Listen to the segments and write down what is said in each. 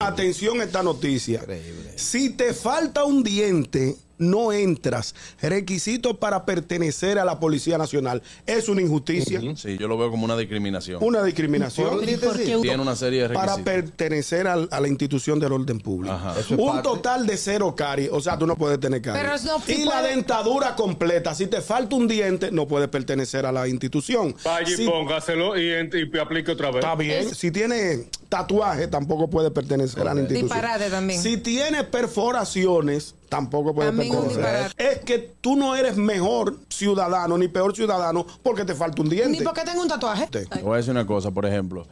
atención a esta noticia. Si te falta un diente, no entras. Requisito para pertenecer a la Policía Nacional. Es una injusticia, Sí, yo lo veo como una discriminación. una discriminación. ¿Por qué Tiene una serie de para requisitos. pertenecer al- a la institución del orden público. Ajá. Eso es Un parte. total de cero caries, o sea, tú no puedes tener caries. Pero no, y sí la puede- dentadura completa, si te falta un diente, no puedes pertenecer a la institución. Vaya y Si- póngaselo y, ent- y aplique otra vez. Está bien. Si tiene tatuaje, tampoco puede pertenecer a la institución. Disparate también. Si tiene perforaciones, tampoco puede También un pertenecer. Es que tú no eres mejor ciudadano ni peor ciudadano porque te falta un diente. Ni porque tengo un tatuaje. Te- Te voy a decir una cosa, por ejemplo.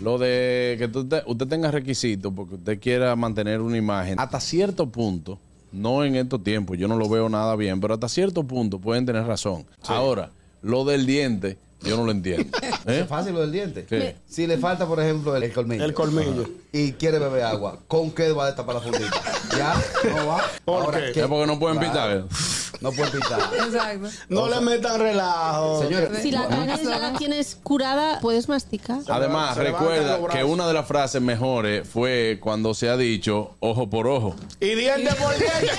Lo de que tú te- usted tenga requisitos porque usted quiera mantener una imagen. Hasta cierto punto, no en estos tiempos, yo no lo veo nada bien, pero hasta cierto punto pueden tener razón. Ahora, lo del diente, yo no lo entiendo. ¿Eh? Es fácil lo del diente. ¿Qué? Si le falta, por ejemplo, el, el colmillo. El colmillo. Y quiere beber agua. ¿Con qué va a destapar la fundita? ¿Ya? No va. ¿Por qué? Es porque no pueden Claro. pitar. No puede pitar. Exacto. No le metan relajo. Señores, Si la caries ya la tienes curada, puedes masticar. Además, Se levantan los recuerda brazos. que una de las frases mejores fue cuando se ha dicho ojo por ojo. Y diente por diente.